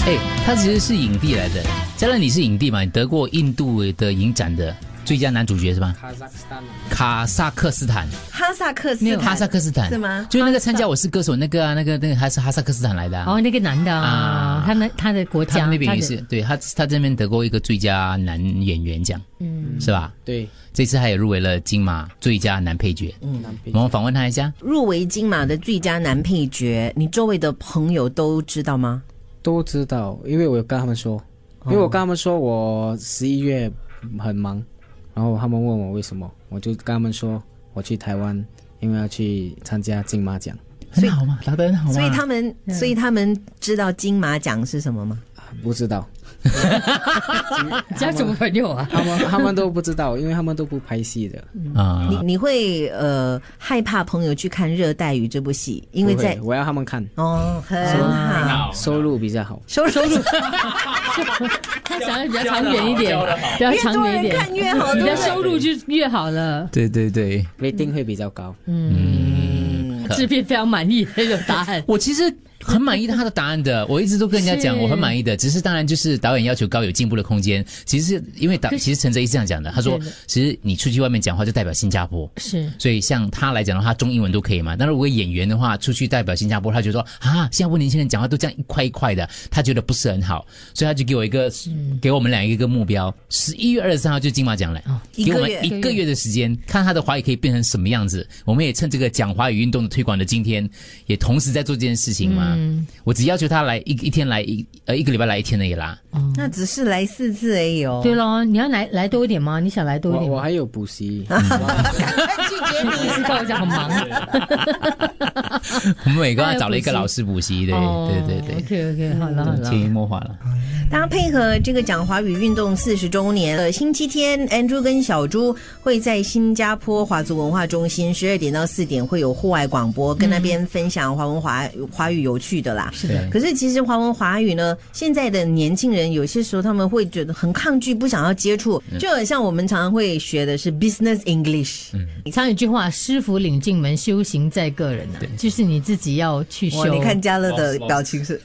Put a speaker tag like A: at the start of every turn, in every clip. A: 哎、他其实是影帝来的。加勒，你是影帝嘛？你得过印度的影展的最佳男主角是吧？
B: Kazakhstan
A: 卡萨克斯坦，
C: 哈萨克斯
A: 没有
C: 坦
A: 哈萨克斯坦
C: 是吗？
A: 就是那个参加《我是歌手》那个啊，那个那个还是哈萨克斯坦来的、啊。
D: 哦，那个男的啊
A: 啊，
D: 他那他的国
A: 他
D: 家，
A: 们那边也
D: 他的
A: 是，对他他这边得过一个最佳男演员奖，嗯，是吧？
B: 对，
A: 这次他也入围了金马最佳男配角。
B: 南非
A: 我们访问他一下，
C: 入围金马的最佳男配角，你周围的朋友都知道吗？
B: 都知道，因为我有跟他们说，因为我跟他们说我十一月很忙，然后他们问我为什么，我就跟他们说我去台湾，因为要去参加金马奖，
A: 很好嘛，答得很好嘛。
C: 所以他们，所以他们知道金马奖是什么吗？
B: 不知道，
D: 交什么朋友 啊？
B: 他们他们都不知道，因为他们都不拍戏的，
A: 啊、
C: 你你会呃害怕朋友去看《热带鱼》这部戏，因为
B: 不会
C: 在
B: 我要他们看，
C: 哦很好，
B: 收入比较好，
C: 收收入
D: 他想的比较长远一点，比较长远一
C: 越多人
D: 点
C: 看，越好，
D: 你
C: 对不
D: 的
C: 对？
D: 收入就越好了。
A: 对对对，
B: 一定会比较高。
A: 可。
D: 制片非常满意这种答案
A: 我其实很满意他的答案的，我一直都跟人家讲
D: 是
A: 我很满意的，只是当然就是导演要求高有进步的空间。其实是因为导，
D: 可是
A: 其实陈哲一是这样讲的，他说
D: 对的
A: 其实你出去外面讲话就代表新加坡。
D: 是，
A: 所以像他来讲的话，他中英文都可以嘛。但如果演员的话，出去代表新加坡，他就说啊，新加坡年轻人讲话都这样一块一块的，他觉得不是很好，所以他就给我一个，给我们俩一个目标，十一月二十三号就金马奖了，
C: 哦一
A: 给我
C: 个
A: 们
C: 月
A: 一个月的时间，看他的华语可以变成什么样子。我们也趁这个讲华语运动的推广的今天，也同时在做这件事情嘛。
C: 嗯
A: 我只要求他来一一天来一呃一个礼拜来一天而已 啦。
C: 那只是来四次而已哦。
D: 对咯，你要来来多一点吗？你想来多一
B: 我
D: 点
B: 我
D: 吗？
B: 还有补习，
C: 拒绝
D: 你知道我讲很忙，啊
A: 我们每
C: 哎
A: 个人找了一个老师补习，对
C: 哦
A: 对嗯对对，
D: ，OK OK，好了好了
A: 潜移默化了。
C: 大家配合这个讲华语运动四十周年，呃，星期天，Andrew 跟小猪会在新加坡华族文化中心十二点到四点会有户外广播，跟那边分享华文华华语有趣的啦。
D: 是
A: 对
D: 的，
C: 可是其实华文华语呢，现在的年轻人有些时候他们会觉得很抗拒，不想要接触，就很像我们常常会学的是 Business English，、
D: 常有一句话，师傅领进门，修行在个人呐、啊就是你自己要去修
C: 哇，。你看嘉乐的表情是，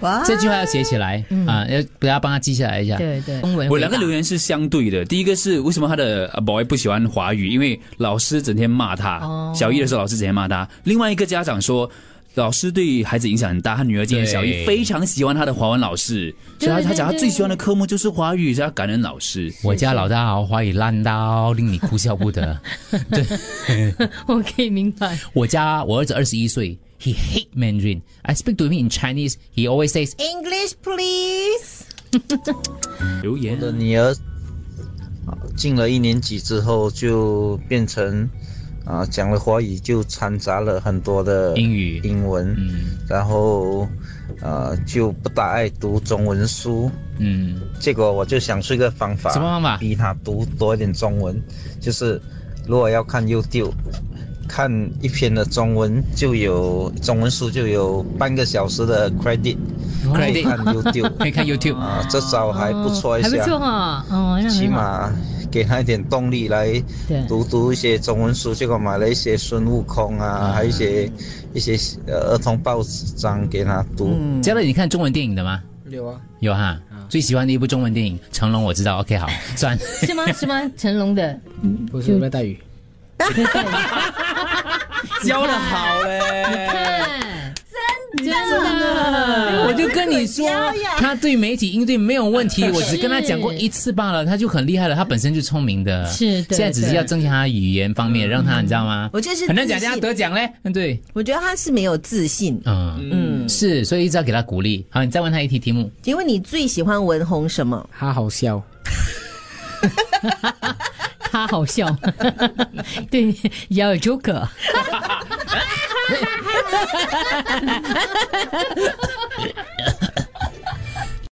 C: 哇，
A: 这句话要写起来啊，要不要帮他记下来一下？
D: 嗯对 对，
A: 中文
E: 我
A: 回答
E: 两个留言是相对的，第一个是为什么他的呃 boy 不喜欢华语，因为老师整天骂他，
D: 哦
E: 小一的时候老师整天骂他。另外一个家长说，老师对孩子影响很大，他女儿今年
A: 对
E: 小一非常喜欢他的华文老师，
D: 对
E: 所以他
D: 对
E: 他讲他
D: 对
E: 最喜欢的科目就是华语，所以他感恩老师。
A: 我家老大豪华语烂到令你哭笑不得。
D: 我可以明白。
A: 我家我儿子二十一岁，He hate Mandarin. I speak to him in Chinese. He always says
C: English please，
E: 留言
F: 我的女儿啊进了一年级之后，就变成啊讲了华语，就掺杂了很多的
A: 英语
F: 英文，
A: 嗯
F: 然后呃就不大爱读中文书。
A: 嗯，
F: 结果我就想出一个方法，
A: 什么方法
F: 逼他读多一点中文，就是如果要看 YouTube，看一篇的中文就有中文书就有半个小时的 credit，可
A: 哦
F: 以
A: Credit
F: 看 YouTube
A: 可以看 YouTube。
F: 啊，这招还不错一
D: 还
F: 下。
D: 不错哈、哦，那很好
F: 起码给他一点动力来
D: 对
F: 读读一些中文书，结果买了一些孙悟空啊，还有一些一些呃儿童报章给他读。
D: 嗯
A: 嘉乐，你看中文电影的吗？
B: 有啊，
A: 有哈，最喜欢的一部中文电影，成龙我知道。OK，好，算。
D: 是吗？是吗？成龙的，
B: 不是热带雨，
E: 教的好嘞，
D: 看，真的，
A: 我就跟你说，他对媒体应对没有问题，我只跟他讲过一次罢了，他就很厉害了，他本身就聪明的。
D: 是对
A: 现在只是要增强他语言方面，让他你知道吗？
C: 我这是
A: 很难讲，
C: 自
A: 人
C: 信
A: 家得奖嘞。嗯，对，
C: 我觉得他是没有自信。
A: 嗯嗯，是，所以一直要给他鼓励。好，你再问他一题题目。
C: 请问你最喜欢文红什么？
B: 他好笑，
D: 他好笑， 对，也要有 Joker，